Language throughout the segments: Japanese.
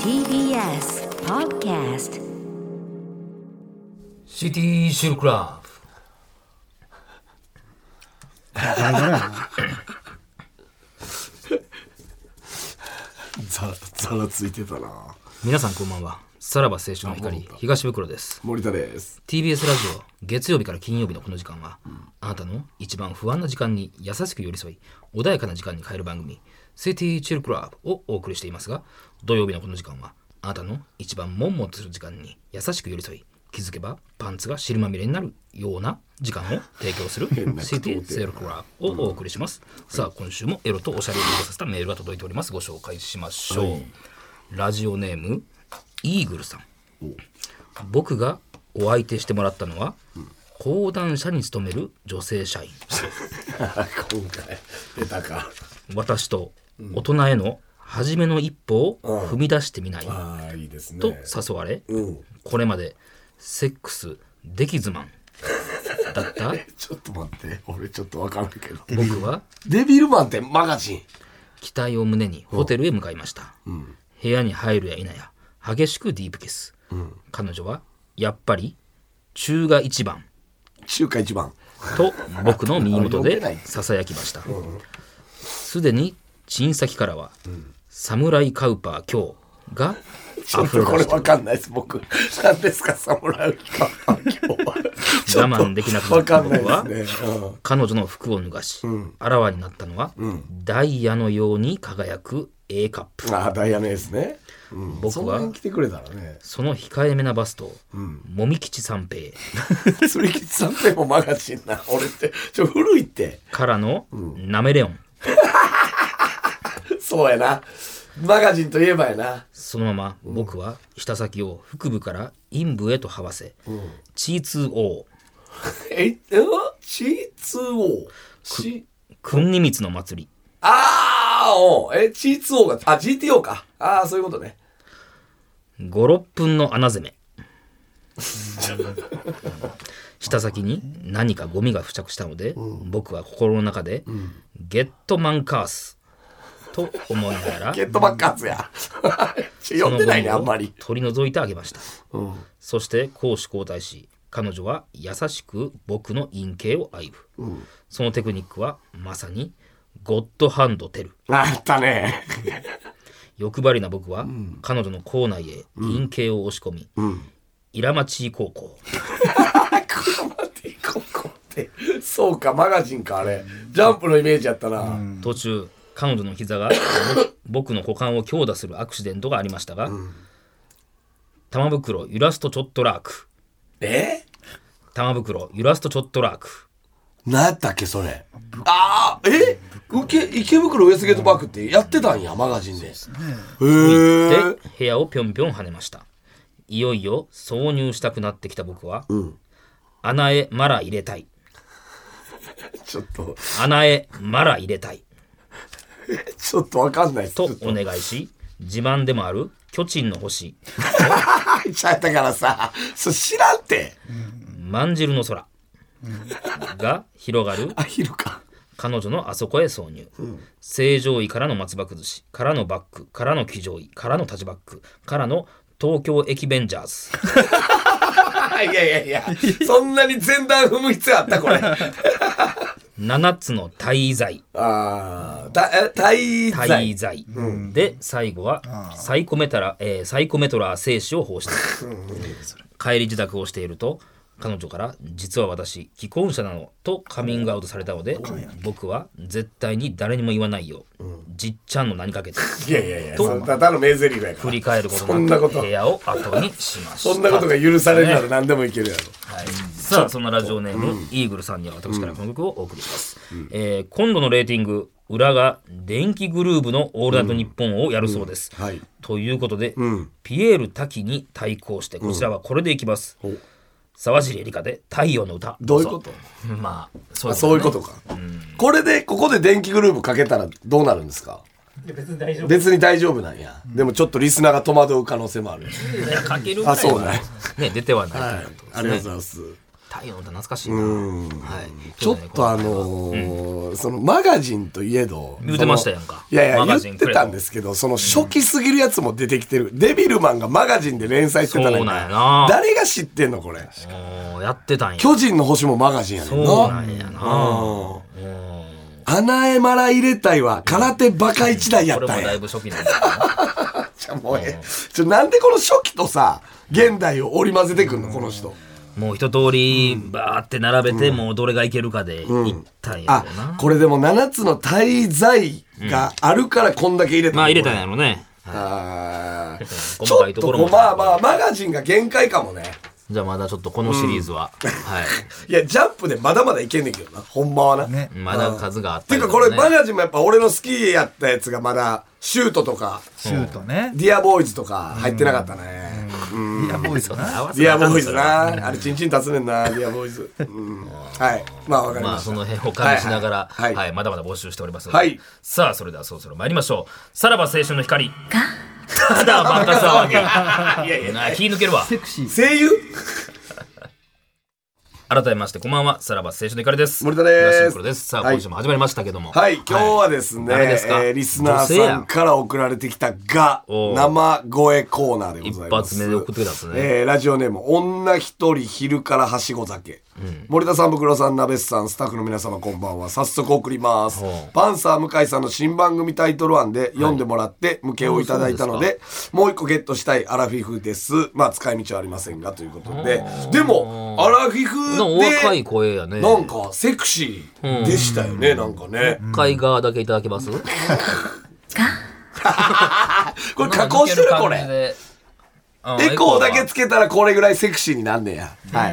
TBS Podcast シティシルクラブ。ガラガラやなざざらついてたな皆さんこんばんは。さらば青春の光、東袋です。森田です TBS ラジオ、月曜日から金曜日のこの時間は、あなたの一番不安な時間に優しく寄り添い、穏やかな時間に変える番組、シティシルクラブをお送りしていますが、土曜日のこの時間は、あなたの一番悶々とする時間に優しく寄り添い、気づけばパンツが汁まみれになるような時間を提供するなシティシルクラブをお送りします。さあ、今週もエロとおしゃれをさせたメールが届いております。ご紹介しましょう。ラジオネーム、イーグルさん。僕がお相手してもらったのは、講談社に勤める女性社員 今回出たか私と大人への初めの一歩を踏み出してみないああいいですねと誘われ、うんこれまでセックスできずマンだったちょっと待って俺ちょっと分からんけど僕はデビルマンってマガジン期待を胸にホテルへ向かいました、部屋に入るや否や激しくディープキス、彼女はやっぱり中が一番中華一番と僕の耳元読めないでささやきましたすでに陳先からは「サムライカウパー今日」が ちょっ溢れと出これして分かんないです僕何ですか侍か今日はちょっと我慢できなく な分ったかん僕はないですね、うん彼女の服を脱がし、あらわになったのは、ダイヤのように輝く A カップああダイヤのですね、うん、僕はその辺来てくれたらね その控えめなバスと、もみ吉三平釣り吉さんってもマガジンな俺ってちょ古いってからのナメレオンそうやなマガジンといえばやなそのまま僕は舌先を腹部から陰部へと這わせ、G2O えっ C2O し君に密の祭りああおうえ C2O があ GTO かああそういうことね56分の穴攻 め舌先に何かゴミが付着したので、僕は心の中で、ゲットマンカースと思いながらゲットバッカーズ やちょ読んでないねあそのゴミをんまり取り除いてあげましたうんそして攻守交代し彼女は優しく僕の陰茎を愛撫、そのテクニックはまさにゴッドハンドテルあったね 欲張りな僕は、彼女の校内へ陰茎を押し込み、イラマチー高校車でここってそうかマガジンかあれジャンプのイメージやったな、途中彼女の膝が僕の股間を強打するアクシデントがありましたが、玉袋揺らすとちょっとラークえ玉袋揺らすとちょっとラーク何やったっけそれああえ受け池袋ウエストゲートパークってやってたんやマガジンでへでえ部屋をぴょんぴょん跳ねましたいよいよ挿入したくなってきた僕は、穴へマラ入れたいちょっと穴へマラ入れたいちょっとわかんないっすとお願いし自慢でもある巨人の星入っちゃったからさそれ知らんてまんじるの空が広がるアヒルか彼女のあそこへ挿入、正常位からの松葉崩しからのバックからの騎乗位からの立ちバックからの東京駅ベンジャーズいやいやいや そんなに前段踏む必要あったこ れ7つの滞在あーだえ滞滞在在、で最後はサイコメタラ、えーサイコメトラー精子を放出帰り自宅をしていると彼女から「実は私既婚者なの」とカミングアウトされたので僕は絶対に誰にも言わないよ、じっちゃんの名にかけていやいやいやとそれただの名ゼリフやから振り返ることそんななこくと部屋を後にしましたそんなことが許されるなら何でもいけるやろはい、さあそんなラジオネーム、イーグルさんには私からこの曲をお送りします、えー今度のレーティング裏が電気グルーヴの「オールナイトニッポン」をやるそうです、うんはいということで、ピエール滝に対抗してこちらはこれでいきます、沢尻エリカで「太陽の歌」どういうこととまあそうあですねそういうことか、これでここで電気グループかけたらどうなるんですか別に大丈夫なんや、でもちょっとリスナーが戸惑う可能性もあるいやかけるぐらあいはそうねね出てはないかなと、ありがとうございます太太陽の歌懐かしいな、はい、ちょっとあのーそのマガジンといえど言うてましたやんかそのいやいマやガジン言ってたんですけどその初期すぎるやつも出てきてる、デビルマンがマガジンで連載してたねそうなんやな誰が知ってんのこれおーやってたんや巨人の星もマガジンやねんなそうなんやなアナエマラ入れたいは空手バカ一代やこれっもたんやだいぶ初期なんですけどねじゃあもうええちょなんでこの初期とさ現代を織り交ぜてくんのこの人もう一通りバーって並べて、もうどれがいけるかでいったんやあろうな、これでも7つの滞在があるからこんだけ入れた、まあ入れたんやろうね、はいあーち細ょかっいとところこもうまあまあマガジンが限界かもねじゃあまだちょっとこのシリーズは、はいいやジャンプでまだまだいけんねんけどなほんまはな、ねまだ数があっってたいりうとかかこれねマガジンもやっぱ俺の好きやったやつがまだシュートとかシュートね。ディアボーイズとか入ってなかったね、いや、ボーイズそんなな。合わせディなアあボかんでーイすズよなあれチンチン立つねんなディアボーイズ、うん、はいまあわかりままあした、その辺を加味しながら、ははいいはいまだまだ募集しておりますので、はいさあそれではそろそろ参りましょうさらば青春の光がただバカ 騒ぎなあ気抜けるわセクシー。声優改めましてこんばんはさらば青春の光です森田です東袋ですさあ、はい今週も始まりましたけどもはい、今日はですね、誰ですかえーリスナーさんから送られてきたが、おう生声コーナーでございます。一発目で送ってきたんですねえーラジオネーム、女一人昼からはしご酒。森田さん、ブクロさん、なべさん、スタッフの皆様こんばんは。早速送りますほう。パンサー向井さんの新番組タイトル案で読んでもらって、向けをいただいたので、もう一個ゲットしたいアラフィフです。まあ、使い道はありませんが、ということで。でも、アラフィフのお若いで、声やねなんかセクシーでしたよね、なんかね。海側だけいただけますこれ加工してるこなんか抜け感じれであエコーだけはつけたらこれぐらいセクシーになんねやは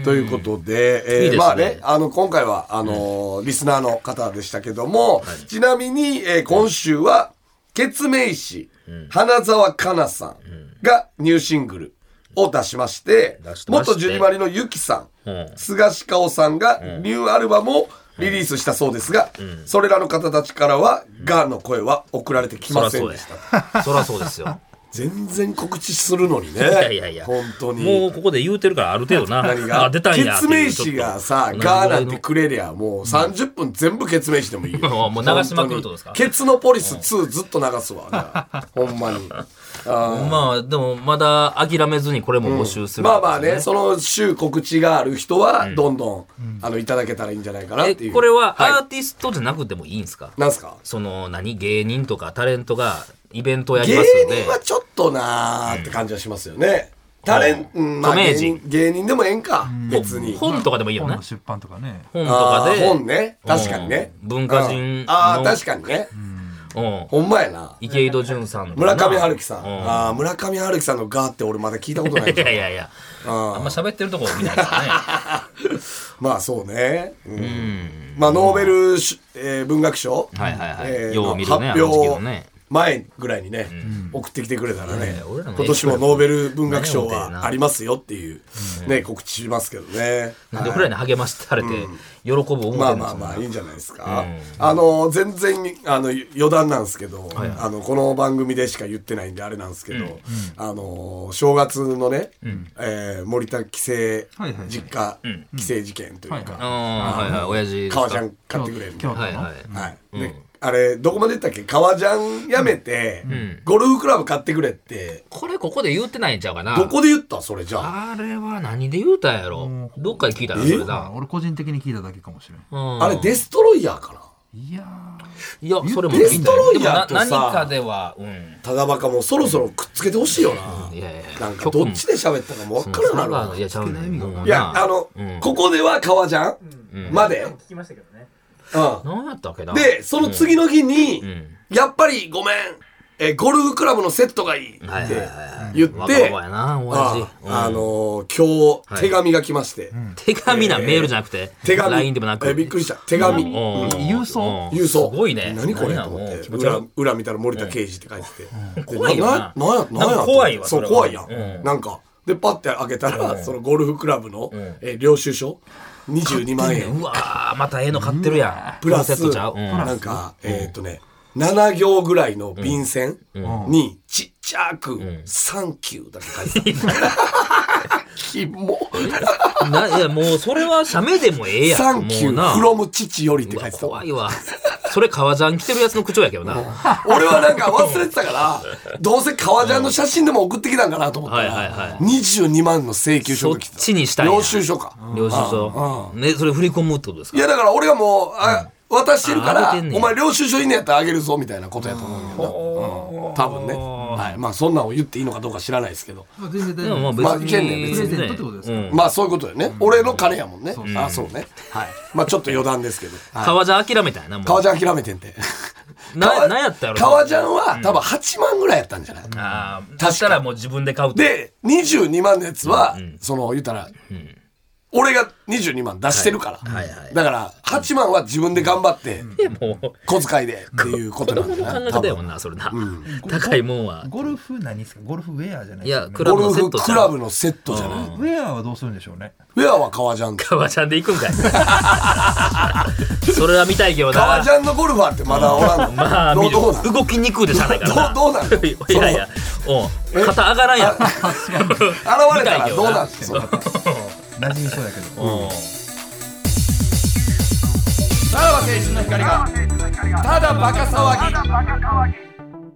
いということで、えーいいですねまあねあの今回はあのーリスナーの方でしたけども、ちなみに、えー今週は決命師、花澤香菜さんがニューシングルを出しまして出してまして元ジュニマリのゆきさん、うん菅氏香さんがニューアルバムをリリースしたそうですが、それらの方たちからは「が」の声は送られてきそまらせそんうでやした。そらそうです よ全然告知するのにね。いいやいやいや本当に。もうここで言うてるからある程度な何があ出たんやって決い命うちょっと誌がさ、同じぐらガいのーなんてくれりゃ、もう30分全部決命誌でもいいよ。 もう流しまくるってことですか本当にケツのポリス2ずっと流すわ。じゃ あほんまに。あまあでもまだ諦めずにこれも募集すーる、まあまあね、その週告知がある人は、どんどん、あの、いただけたらいいんじゃないかなっえていう。これはアーはティストじゃなくてもいいんですか、い。なんすかその何芸人とかタレントがイベントをやり芸ますので人はちょっとなーって感じはしますよね。タレント、うんまあ著名芸人人、芸人でもええんか、別に。本とかでもいいよ本ねの出版とかね。本とあかーで本ね確かにねうん文化人うんああの確かにねうんほんまやな池井戸潤さんの村上春樹さんうんああ村上春樹さんの「が」って俺まだ聞いたことないいやぞいやいやああんま喋ってるとこ見ないからねまあそうねうんまあノーベルしえー文学賞はいはいはいえーよう見るね発あの時期の表ね前ぐらいにね送ってきてくれたらいやいねや俺らの今年もノーベル文学賞何や思てんはなありますよっていうね告知しますけどねなんで俺らに励ましてされて喜ぶ思ってるんですまかあまあまあいいんじゃないですか。うんあの全然あの余談なんですけど、あのこの番組でしか言ってないんであれなんですけど、あの正月のね、えー森田帰省はいはい実家帰省事件というはいか、あーはいはい親父ですか革ジャン買ってくれみたい京な。都はいはのいはい。であれどこまで言ったっけ革ジャンやめて、ゴルフクラブ買ってくれってこれここで言ってないんちゃうかなどこで言ったそれじゃあ。あれは何で言うたんやろどっかで聞いたらそれあだ俺個人的に聞いただけかもしれん。うんあれデストロイヤーかな。いやー。いやそれもデストロイヤーとさでもな何かではうんただバカもそろそろくっつけてほしいよな。いやいやなんかどっちで喋ったかも分からんようになるわいやちゃうねんもうないや、あの、うんここでは革ジャン、まで。聞きましたけどね。う。何やったっけなんで、その次の日に、んやっぱりごめん、えーゴルフクラブのセットがいいってはいはいはいはい言っわがてま、まやな親あ父うんあのー今日、い手紙が来まして、手紙なメールじゃなくて手紙。 LINE でもなくえーびっくりした。手紙。うん郵送うん郵送すごいね何これなんとや思っもうて気持ち悪裏い裏見たら森田刑事って書いてて、で怖いよなななんなやなんやんと思っかて怖いわそそうれは怖いやん、うんなんかでパッて開けたら、そのゴルフクラブの、えー領収書22万円うわーまたええの買ってるやんプラスセットちゃううんなんか、えーっとね7行ぐらいの便箋に「ち」ちゃく、サンキューだけ書 いてある。キモ。ないやもうそれは写メでもええやんサンキもュうなー、フロム父よりって書いてたわ怖いわそれ革ジャン着てるやつの口調やけどなは俺はなんか忘れてたから、どうせ革ジャンの写真でも送ってきたんかなと思ったいはいら、は22万の請求書が来てそっちにしたんや領収書か。い領収書ねそれ振り込むってことですいかやだから俺がもう、あ渡してるかあらあげてんねやお前領収書いんのやったらあげるぞみたいなことやと思うんだけど、うん多分ね、はい、まあそんなんを言っていいのかどうか知らないですけど、まあ全然大で丈も夫まあまあい別けんにねん別にプレゼントってことですかうんまあそういうことだよね、俺の金やもんね、あそうね、はい、まあちょっと余談ですけど、はい、革ジャン諦めたんやなもう革ジャン諦めてんてななんやったやろ革ジャンは多分8万ぐらいやったんじゃない、ああそしたらもう自分で買うと で22万のやつは、その言ったら、俺が22万出してるから、はいはいはいだから8万は自分で頑張って、もう小遣いでっていうことなん子じ供ゃのな考え方やい多分もんなそれな高いもんはゴルフ何ですかゴルフウェアじゃないいですやかねクラゴブのルセッフトクじゃラんブのセットじゃない、ウェアはどうするんでしょう ねウェアは革ジャン革ジャンで行くんかい それは見たいけどな革ジャンのゴルファーってまだおらんの、 まあど見うるどうなん動きにくいでしゃあないからなどうどうなん いやいやうん肩上がらんやん現れたらどうなんですか馴染みそうやけど、さらば青春の光がただバカ騒ぎ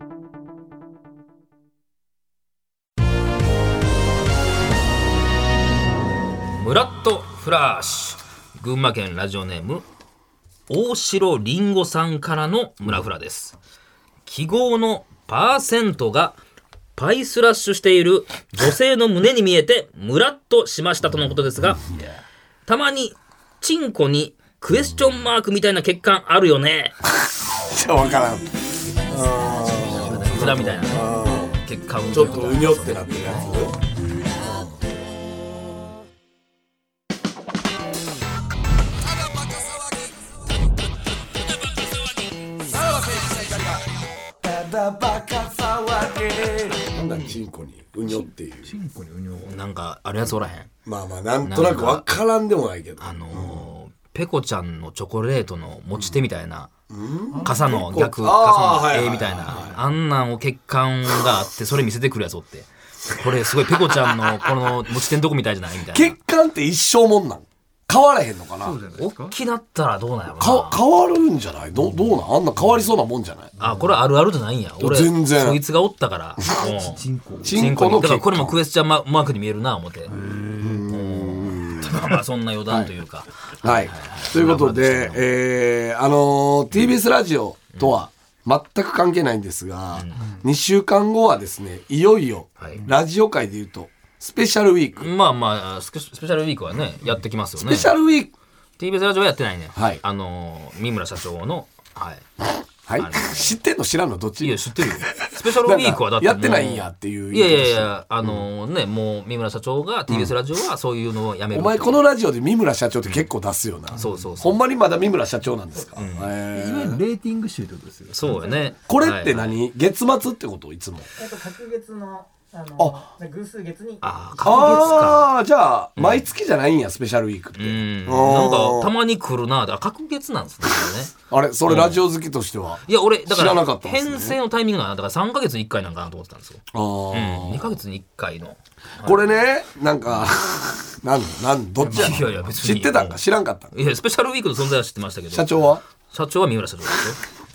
ムラッとフラッシュ群馬県ラジオネーム大城りんごさんからのムラフラです記号のパーセントがパイスラッシュしている女性の胸に見えてムラッとしましたとのことですがたまにチンコにクエスチョンマークみたいな血管あるよねじゃ分からん札みたいな血管ちょっとうにょってなってるやつなんだチンコにうにょっていうチンコにウニョなんかあるやつおらへんまあまあなんとなく分からんでもないけどあのーペコちゃんのチョコレートの持ち手みたいな、傘の逆ペコあー傘はのいはい絵はいみたいなあんなんを血管があってそれ見せてくるやつおってこれすごいペコちゃんのこの持ち手のとこみたいじゃないみたい血な管って一生もんなん変わらへんのかなそうじゃないで大すかきなったらどうなんやろかな変わるんじゃないどどうなんあんな変わりそうなもんじゃないあこれあるあるじゃないんや俺全然そいつがおった からうんチンコチンコにのだ血か管らこれもクエスチョンママークに見えるな思ってうんまあまあそんな余談というか、はい。ということで、えー、あのー TBS ラジオとは全く関係ないんですが、2週間後はですね、いよいよはい、ラジオ界でいうと、スペシャルウィーク。まあまあスペスペシャルウィークはねやってきますよねスペシャルウィーク。 TBS ラジオはやってないね、はいあのー三村社長の、はい、はい。知ってんの知らんのどっちいや知ってるよスペシャルウィークはだってなもんうかやってないんやっていういやいやいやあのーねもう三村社長が TBS ラジオはそういうのをやめる、お前このラジオで三村社長って結構出すよな。そうそうそほうんまにまだ三村社長なんですか、えーいわゆるレーティング集ってことですよそうよねこれってはい何、月末ってこといつも。えっと、隔月の、あの、偶数月に。ああ確月かああー、じゃあ、毎月じゃないんや、スペシャルウィークって。うんなおんーかたまに来るなあ確月なんですねこれねあれそれラジオ好きとしては。いや俺だか知ららなかったんですね編成のタイミングがだから3か月に1回なんかなと思ってたんですよ、あーうん、2か月に1回のこれね、なんか、 なんだなんどっちやのいやいや別知にってたんか知らんかったんかいやスペシャルウィークの存在は知ってましたけど社長は社長は三浦社長ですよ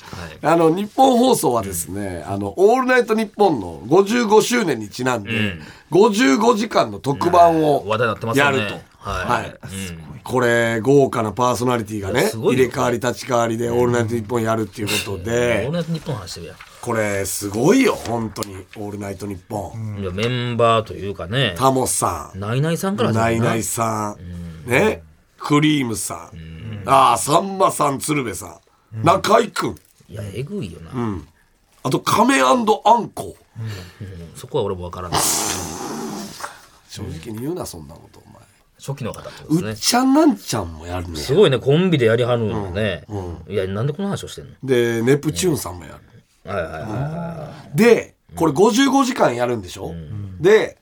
はいあの、日本放送はですね、あの、オールナイトニッポンの55周年にちなんで、55時間の特番を話題になってますやよねると。ははいい。これ、豪華なパーソナリティがね、すご入いよれ替わり立ち替わりでオールナイトニッポンやるっていうことオーでル、ナイトニッポン話してるやこれ、すごいよ、本当に、オールナイトニッポン。ん。いやメンバーというかね、タモさん、ナイナイさんから始まナるイナイさん、ね、クリームさん、ああ、さんまさん、鶴瓶さん、中居君、いや、えぐいよな。あと亀アンコ。そこは俺もわからない。初正直に言うな、そんなこと、お期の方ってこと前。うでっすね。ちゃんなんちゃんもやるね。すごいね、コンビでやりはるんよね。いや、なんでこの話をしてんので、ネプチューンさんもやる。はいはいはいはで、これ55時間やるんでしょで、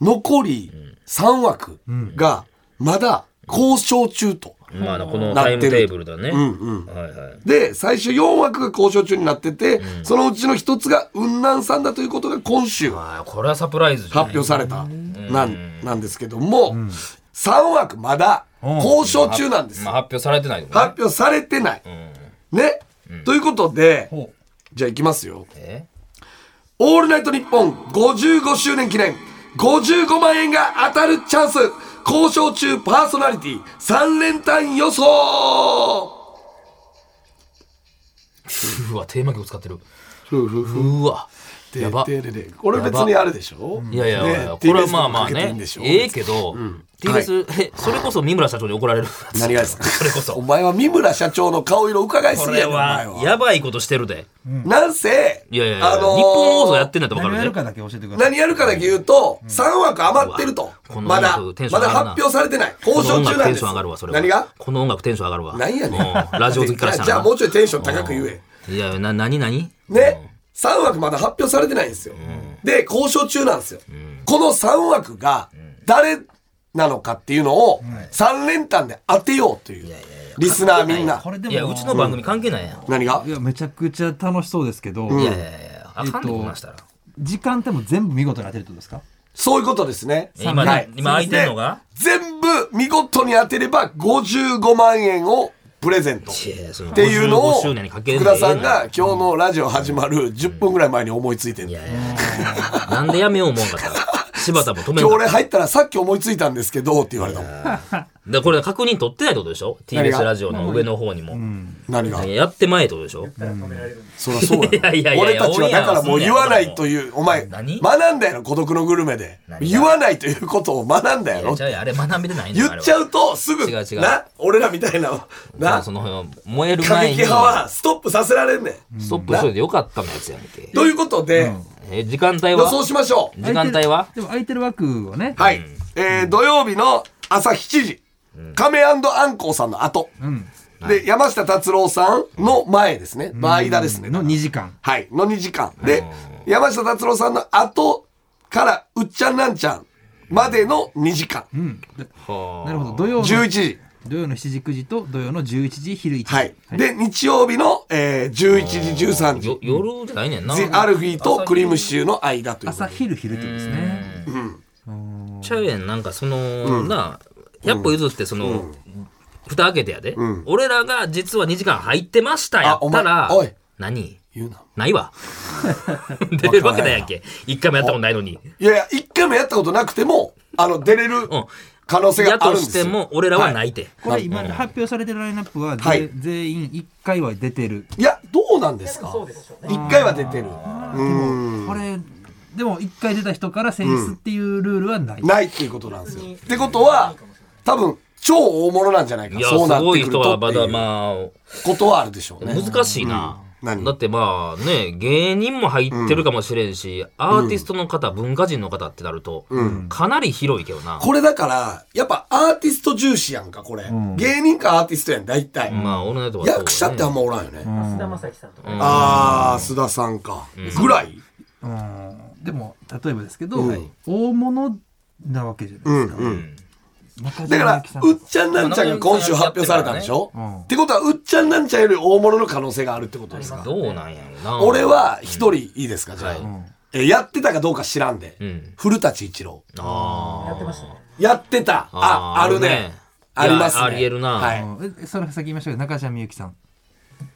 残り3枠がまだ交渉中と。まあなこのタイムテーブルだね。うんうんはいはい。で最初4枠が交渉中になってて、そのうちの一つが雲南さんだということが今週発まあこれはサプライズじゃない表されたなんなんですけども、3枠まだ交渉中なんです、まあ、発表されてないとこね発表されてない、ね、ということでほじゃあいきますよえ「オールナイトニッポン」55周年記念55万円が当たるチャンス交渉中パーソナリティ3連単予想うわテーマ曲使ってるうわやばてれれれこれ別にあれでしょいやいや、ねいやこれはまあまあ TBS とかかけてねるんでしょええけど、TBS、えそれこそ三村社長に怒られる何がですか それこおそ前は三村社長の顔色伺いすこぎやれねんお前はは。やばいことしてるでなんせ、いやいやいや、あのー日本放送やってんだってう分か何るやで、るかだけ教えてください何やるかだけ言うと、3枠余ってると。うわまだ、この音楽テンションま上がだるな発表されてない。こ交の渉音中楽なテんンでシす。ョン上がるわそれは何がこの音楽テンション上がるわなんやね。うんラジオ好きからしたらなじゃあもうちょいテンション高く言え。いやな何何ね。3枠まだ発表されてないんですよ。で、交渉中なんですよ。この3枠が、誰なのかっていうのを、3連単で当てようという。リスナーみんなこ。れでもいやうちの番組関係ないやん、何がいやめちゃくちゃ楽しそうですけど、いやいやいやあかんで、えっとこんなんしたら時間っても全部見事に当てるってことですかそういうことですね。今はい今空いてんのが全部見事に当てれば55万円をプレゼント。いやいやそのっていうのを55周年にかける福のが田ええやさんが今日のラジオ始まる10分ぐらい前に思いついてんいのやいやなんでやめよう思わんか った柴田も止め今日んかっ俺入ったらさっき思いついたんですけどって言われたもんたでこれ確認取ってないってことでしょ何が TBS ラジオの上の方にも、何がいややって前ってことでしょそりゃそうやろ いやいやいや俺たちはだからもう言わないというお前学何んだやろ孤独のグルメで何が言わないということを学んだやろじゃああれ学べてないんだ言よっちゃううとすぐ違う違うな俺らみたいな なその燃える過前激に派はストップさせられんねんストップしといてよかったのやつやんけということで、え時間帯予想はしましょう。時間帯はでも空いてる枠はね、はい。えー土曜日の朝7時、亀アンこうさんの後、で、山下達郎さんの前ですね。の間ですね。の2時間はい。の2時間。で、山下達郎さんの後から、うっちゃんなんちゃんまでの2時間。なるほど土曜の11時。土曜の7時9時と土曜の11時昼1時、はい。で、日曜日の、えー11時、13よ時。夜じゃないねんなジアルフィーとクリームシチューの間ということ朝で。昼昼ってことですねちゃうやんなんかその、なあ100歩譲ってその、蓋開けてやで、俺らが実は2時間入ってましたやあおった前らおい何言うな。ない わ出れるわけないやんけ一回もやったことないのにいやいや、一回もやったことなくても、あの、出れるうん可能性がやあとるんでしすよ。ても俺らはないて、これ今発表されてるラインナップは、ぜはい全員1回は出てるいや、どうなんですかそうでしょうね。一回は出てる。これでも1回出た人から選出っていうルールはない、ないっていうことなんですよ。ってことは、多分、超大物なんじゃないか。いやすそうなっごていくる人とはってまいだうまあことはあるでしょうね。難しいな、うん何だってまあね芸人も入ってるかもしれんし、アーティストの方、文化人の方ってなると、かなり広いけどな、これだから、やっぱアーティスト重視やんか、これ。芸人かアーティストやん、大体。まあ俺のやつはそうだね役者ってあんまおらんよね。須田将暉さんとか。あー、須田さんか。ぐらいうんでも例えばですけど、大物なわけじゃないですか、中島だからみゆきさ、んうっちゃんなんちゃんが今週発表されたんでしょってことは、うっちゃんなんちゃんより大物の可能性があるってことですかどうなんやろな俺は一人いいですか、じゃあはいえやってたかどうか知らんで、ん古舘一郎やってましたね。やってたあああーるねあるねありますねいやありえるなはい、うんえそれ先言いましたけど中島みゆきさん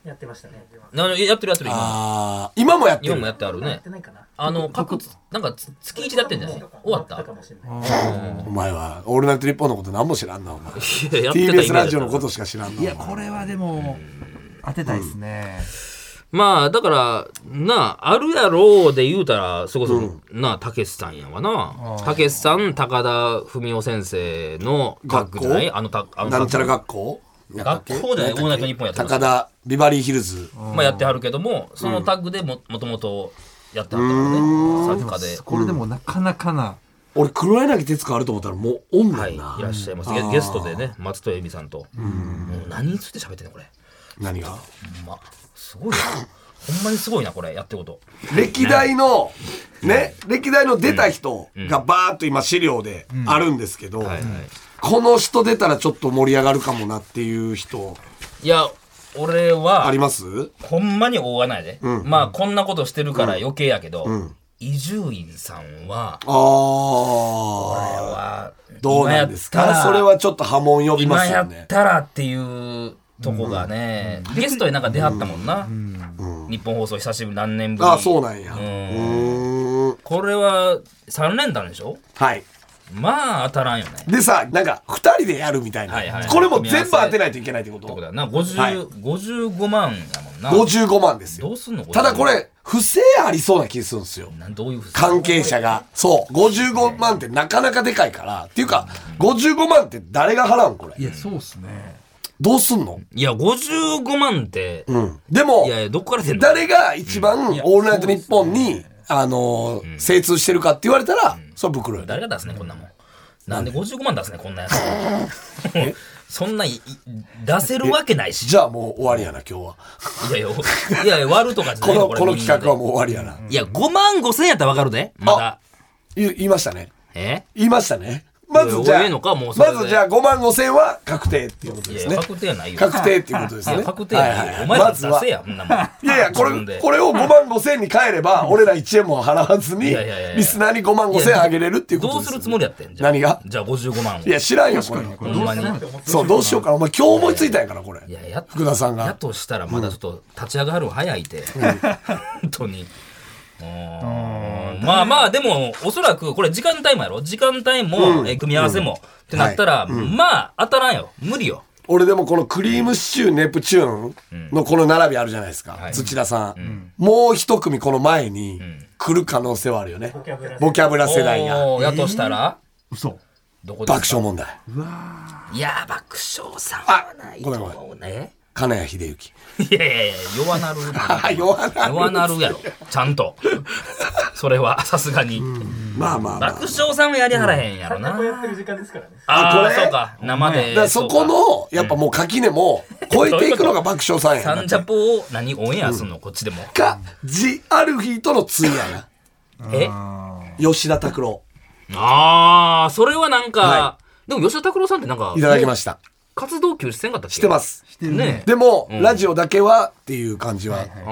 やってましたね。やなやってるやってる今あー今もやって今るもやってあるねってないかな。あの各つなんかつ月一だってんじゃない終わ ったかもしれない。お前は「オールナイトニッポン」のこと何も知らんなお前いややってたイメージ TBS だったラジオのことしか知らんないやこれはでも当てたいですね、まあだからなああるやろうで言うたらそれこそ、なあたけしさんやわなたけしさん高田文夫先生のタッグじゃない学校あのたあのタッなんグちゃら学校学校じゃないオールナイトニッポンやってる高田ビバリーヒルズまあやってはるけどもそのタッグでももともとやってはったからね作家でこれでもなかなかな、俺黒柳徹子あると思ったらもうおんなはいいな、いらっしゃいますゲゲストでね松任谷由実さんともう何について喋ってんのこれ何がほんま、すごいな。ほんまにすごいな、これ、やってること。歴代のね歴代の出た人がバーッと今資料であるんですけど、はいはい。この人出たらちょっと盛り上がるかもなっていう人いや俺はありますほんまに大穴やで、まあこんなことしてるから余計やけど伊集院さんはああはどうなんです今やかったらそれはちょっと波紋呼びま今すやよっねたらっていうとこがね、ゲストになんか出はったもんな、日本放送久しぶり何年ぶりあそうなんやううんーんこれは3連単でしょはいまあ当たらんよねでさなんか2人でやるみたいな、はいはいこれも全部当てないといけないってこってこととだな50、はい55万やもんな55万ですどようすんのただこれ不正ありそうな気するんですよなんどういうふう関係者がそう55万ってなかなかでかいからっていうか55万って誰が払うんこれいやそうっすねどうすんのいや55万って、うんでもいやいやどっから出んの誰が一番「オールナイトニッポン」にあのー精通してるかって言われたらそれ袋よ誰が出すねこんなもんなんで55万出すねこんなやつ そんないい出せるわけないしじゃあもう終わりやな今日はいやいやいやいや割るとかじゃなこいのれこのみん企なで画はもう終わりやないや5万5千やったらわかるでまだ言い言いましたねえ言いましたねまずいじや俺ゃあええのかもうまそれでずじゃあ5万5千は確定っていうこといですやね確定はないよ確定っていうことですいねや確定やないよ、はいはいお前らまずは出せやこんな もんいやいや、こ自分でれ、これを5万5千に変えれば、俺ら1円も払わずいやにいやいやいや、リスナーに5万5千あげれるっていうこどとうですすよるつもりやってんじゃあ何がじゃあ55万をいや、知らんよ、これ。ほんまにそう、どうしようかな。お前、今日思いついたんやから、これい。ややっ福田さんがやとしたらまだちょっと立ち上がるの早いて、本当にうーんまあまあでもおそらくこれ時間帯もやろ時間帯も、え組み合わせも、ってなったら、まあ当たらんよ無理よ俺でもこのクリームシチュー、ネプチューンのこの並びあるじゃないですかい。土田さん。もう一組この前に来る可能性はあるよねキャブラ。ボキャブラ世代が。おーやとしたら、嘘どこで爆すか笑問題。いや爆笑さんはないと思うね金谷秀幸。いやいやいや弱なる 弱なる弱なるやろちゃんとそれはさすがに、まあまあまあ。爆笑さんはやりはらへんやろな、こうやってる時間ですからね。あこあれそうか生で、だからそこの、やっぱもう垣根も超えていくのが爆笑さんやサ なンジャポを何オンエアすんの、こっちでも。か、ジ・アルフィーとの通やな。え吉田拓郎。ああ、それはなんか、はでも吉田拓郎さんってなんか、いただきました。活動休止せんかったっけしてます。してるねねでも、ラジオだけはっていう感じは。あっの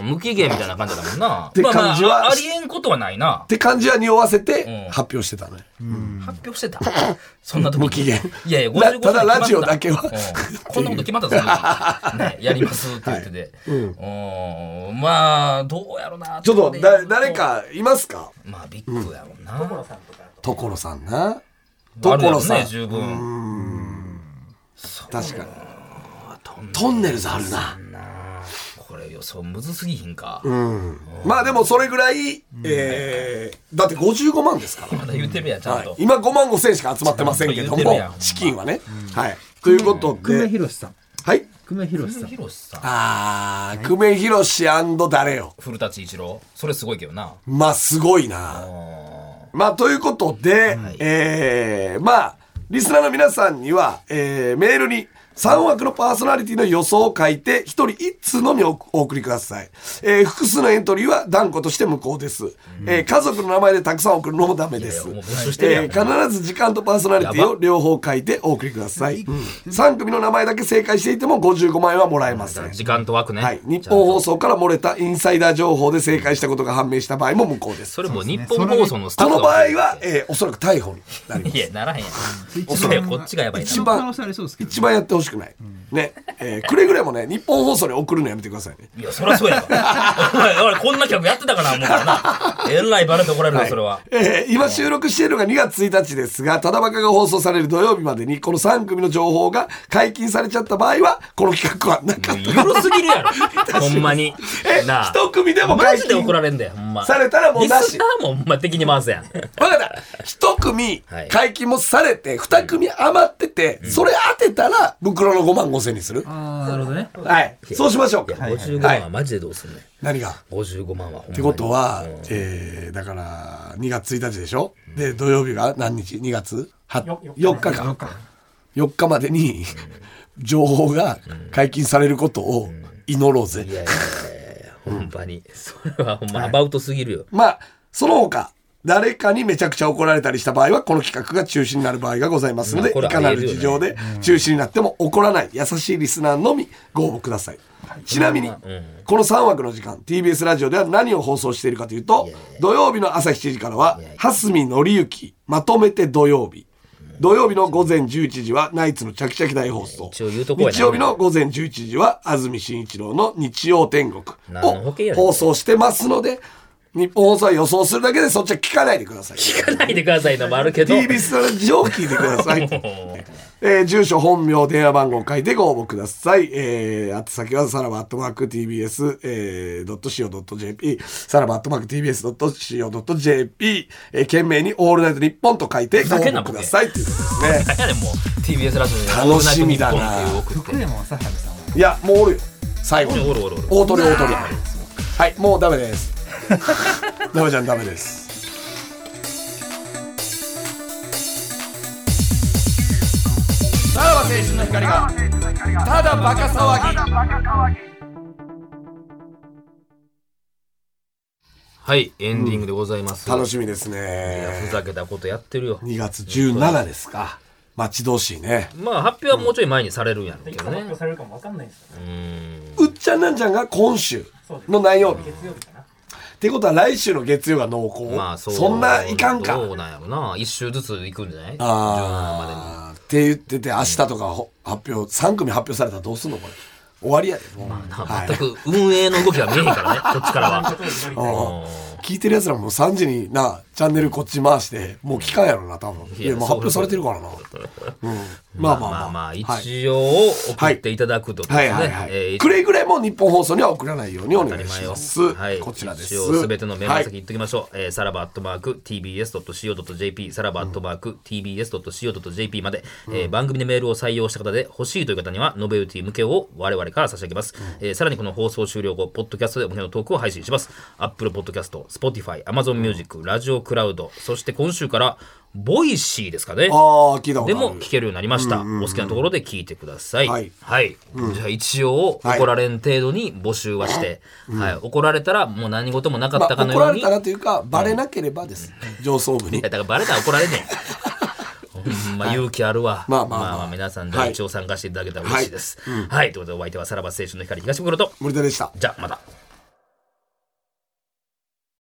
ー無期限みたいな感じだもんな。って感じはあありえんことはないな。て感じは匂わせうてん発表してたね。発表してた。そんな時に無期限いやいや、ラ55ただ歳ラジ決オまだったけはうんこんなこと決まったぞ、 そんなのね、やりますって言ってて。うんまあ、どうやろな。ちょっと、ここで言うだ、誰。かいますかまあ、ビッグやろうな。所さんとかと。所さんな。あるやろう所さね、ん。十分。確かに。トンネルズあるな。これ予想むずすぎひんか、まあでもそれぐらい、えーだって55万ですから。まだ言ってるやんちゃんはいと、、今5万5千しか集まってませんけどちゃんと言うてるもやんほんま資金はね、はいということ久米で、宏さんはい久米宏さんひろしさんあー久米宏誰よ古舘一郎それすごいけどなまあすごいなまあということで、えーまあリスナーの皆さんには、えーメールに3枠のパーソナリティの予想を書いて1人1通のみおお送りください、えー複数のエントリーは断固として無効です、えー家族の名前でたくさん送るのもダメですいやいやもう募集してるやんえー必ず時間とパーソナリティを両方書いてお送りください、3組の名前だけ正解していても55万円はもらえません時間と枠ね、はい、日本放送から漏れたインサイダー情報で正解したことが判明した場合も無効です。それも日ね本放送のスタッこフがの場合は、えーおそらく逮捕になりまいやす。ならへんやん一それこっちがやばいな一番可能性ありそうですけど一番やってほしくない。ね、えーくれぐれもね、日本放送に送るのやめてくださいね。いやそりゃそうやわお前俺こんな企画やってたかな思うから なえらいバレて怒られるわそれは、えー今収録しているのが2月1日ですが、ただばかが放送される土曜日までに、この3組の情報が解禁されちゃった場合は、この企画はなかった。ゆるすぎるやろほんまにえ、なあ一組でもマ解ジで禁。怒られんだよほんまされたらもうなしリスナーもほんま敵に回すやんわかった。一組はい解禁もされて、二組余ってて、それ当てたら、袋の5万5千にする。ああなるほどねはい。そうしましょうか。 55万はマジでどうすんねん、何がっ55万はほんまにてことは、えー、だから、2月1日でしょで、土曜日が何日 ?2 月はよ4日か。4日までに、情報が解禁されることを祈ろうぜ。いやいやいやいやほんまに。それはほんま、アバウトすぎるよ。まあ、その他、誰かにめちゃくちゃ怒られたりした場合は、この企画が中止になる場合がございますので、まあこれいかなる事情で中止になっても怒らない優しいリスナーのみご応募ください。ちなみに、この3枠の時間、TBS ラジオでは何を放送しているかというと、土曜日の朝7時からは、蓮見紀之、まとめて土曜日。土曜日の午前11時はナイツのチャキチャキ大放送。一応言うとこやな日曜日の午前11時は安住紳一郎の日曜天国何の保険やをねん放送してますので、日本放送は予想するだけでそっちは聞かないでください。聞かないでくださいのもあるけど。 TBS ラジオを聞いてく ださい。えー住所、本名、電話番号を書いてご応募ください。えー、あと先はさらばアットマーク TBS、えー、.co.jp、さらばアットマーク TBS.co.jp、えー、懸命にオールナイトニッポンと書いてご応募くださいっていうことですね。何やねんもう TBS ラジオ楽しみだなオールナイトニッポンっていう送福って山雅治さんはいや、もうおるよ。最後おに。るおるおるおる大鳥大鳥。はい、もうダメです。ダメちゃんダメです。さらば青春の光がただバカ騒ぎ。はいエンディングでございます、楽しみですいやふね。ざけたことやってるよ2月17ですか。待ち遠しいね。まあ発表はもうちょい前にされるんやろうけいつど発ね表されるかもわかんないですよね。うっちゃんなんちゃんが今週そうですの何曜日。っ月曜日かな。てことは来週の月曜が濃厚。まあそうそんないかんか。どうなんやろな一周ずつ行くんじゃない17まああって言ってて明日とかほ発表3組発表されたらどうすんのこれ終わりやでもう、はでに全いく運営の動きが見えへんから ねこっちからはちょっと祈りあたいー聞いてるやつらも3時になチャンネルこっち回してもう聞かんやろな多分いやもう発表されてるからな、 うん、ままあまあまああまあはい一応送っていただくとはいはいはい、くれぐれも日本放送には送らないようにお願いします、はい、こちらです一応すべてのメモ先はい言っときましょう。えーさらばアットマーク tbs.co.jp、さらばアットマーク tbs.co.jp まで、えー番組でメールを採用した方で欲しいという方には、ノベルティ向けを我々から差し上げます。えーさらにこの放送終了後、ポッドキャストでおのトークを配信します。Apple Podcast、Spotify、Amazon Music、ラジオクラウド、そして今週から、ボイシーですかね。ああ聞いたことあでるも聞けるようになりました。お好きなところで聞いてください。ははいい。じゃあ一応はい怒られん程度に募集はして、はい、怒られたらもう何事もなかまったあ、かの怒よらうれに。たいやらというかバレなければです、上層 部にだからバレたら怒られんねん。ほんま勇気あるわ。まあまあまあ皆さんで一応参加していただけたら嬉しいです。はい。ということでお相手はさらば青春の光東袋と、森田でしたじゃあまた。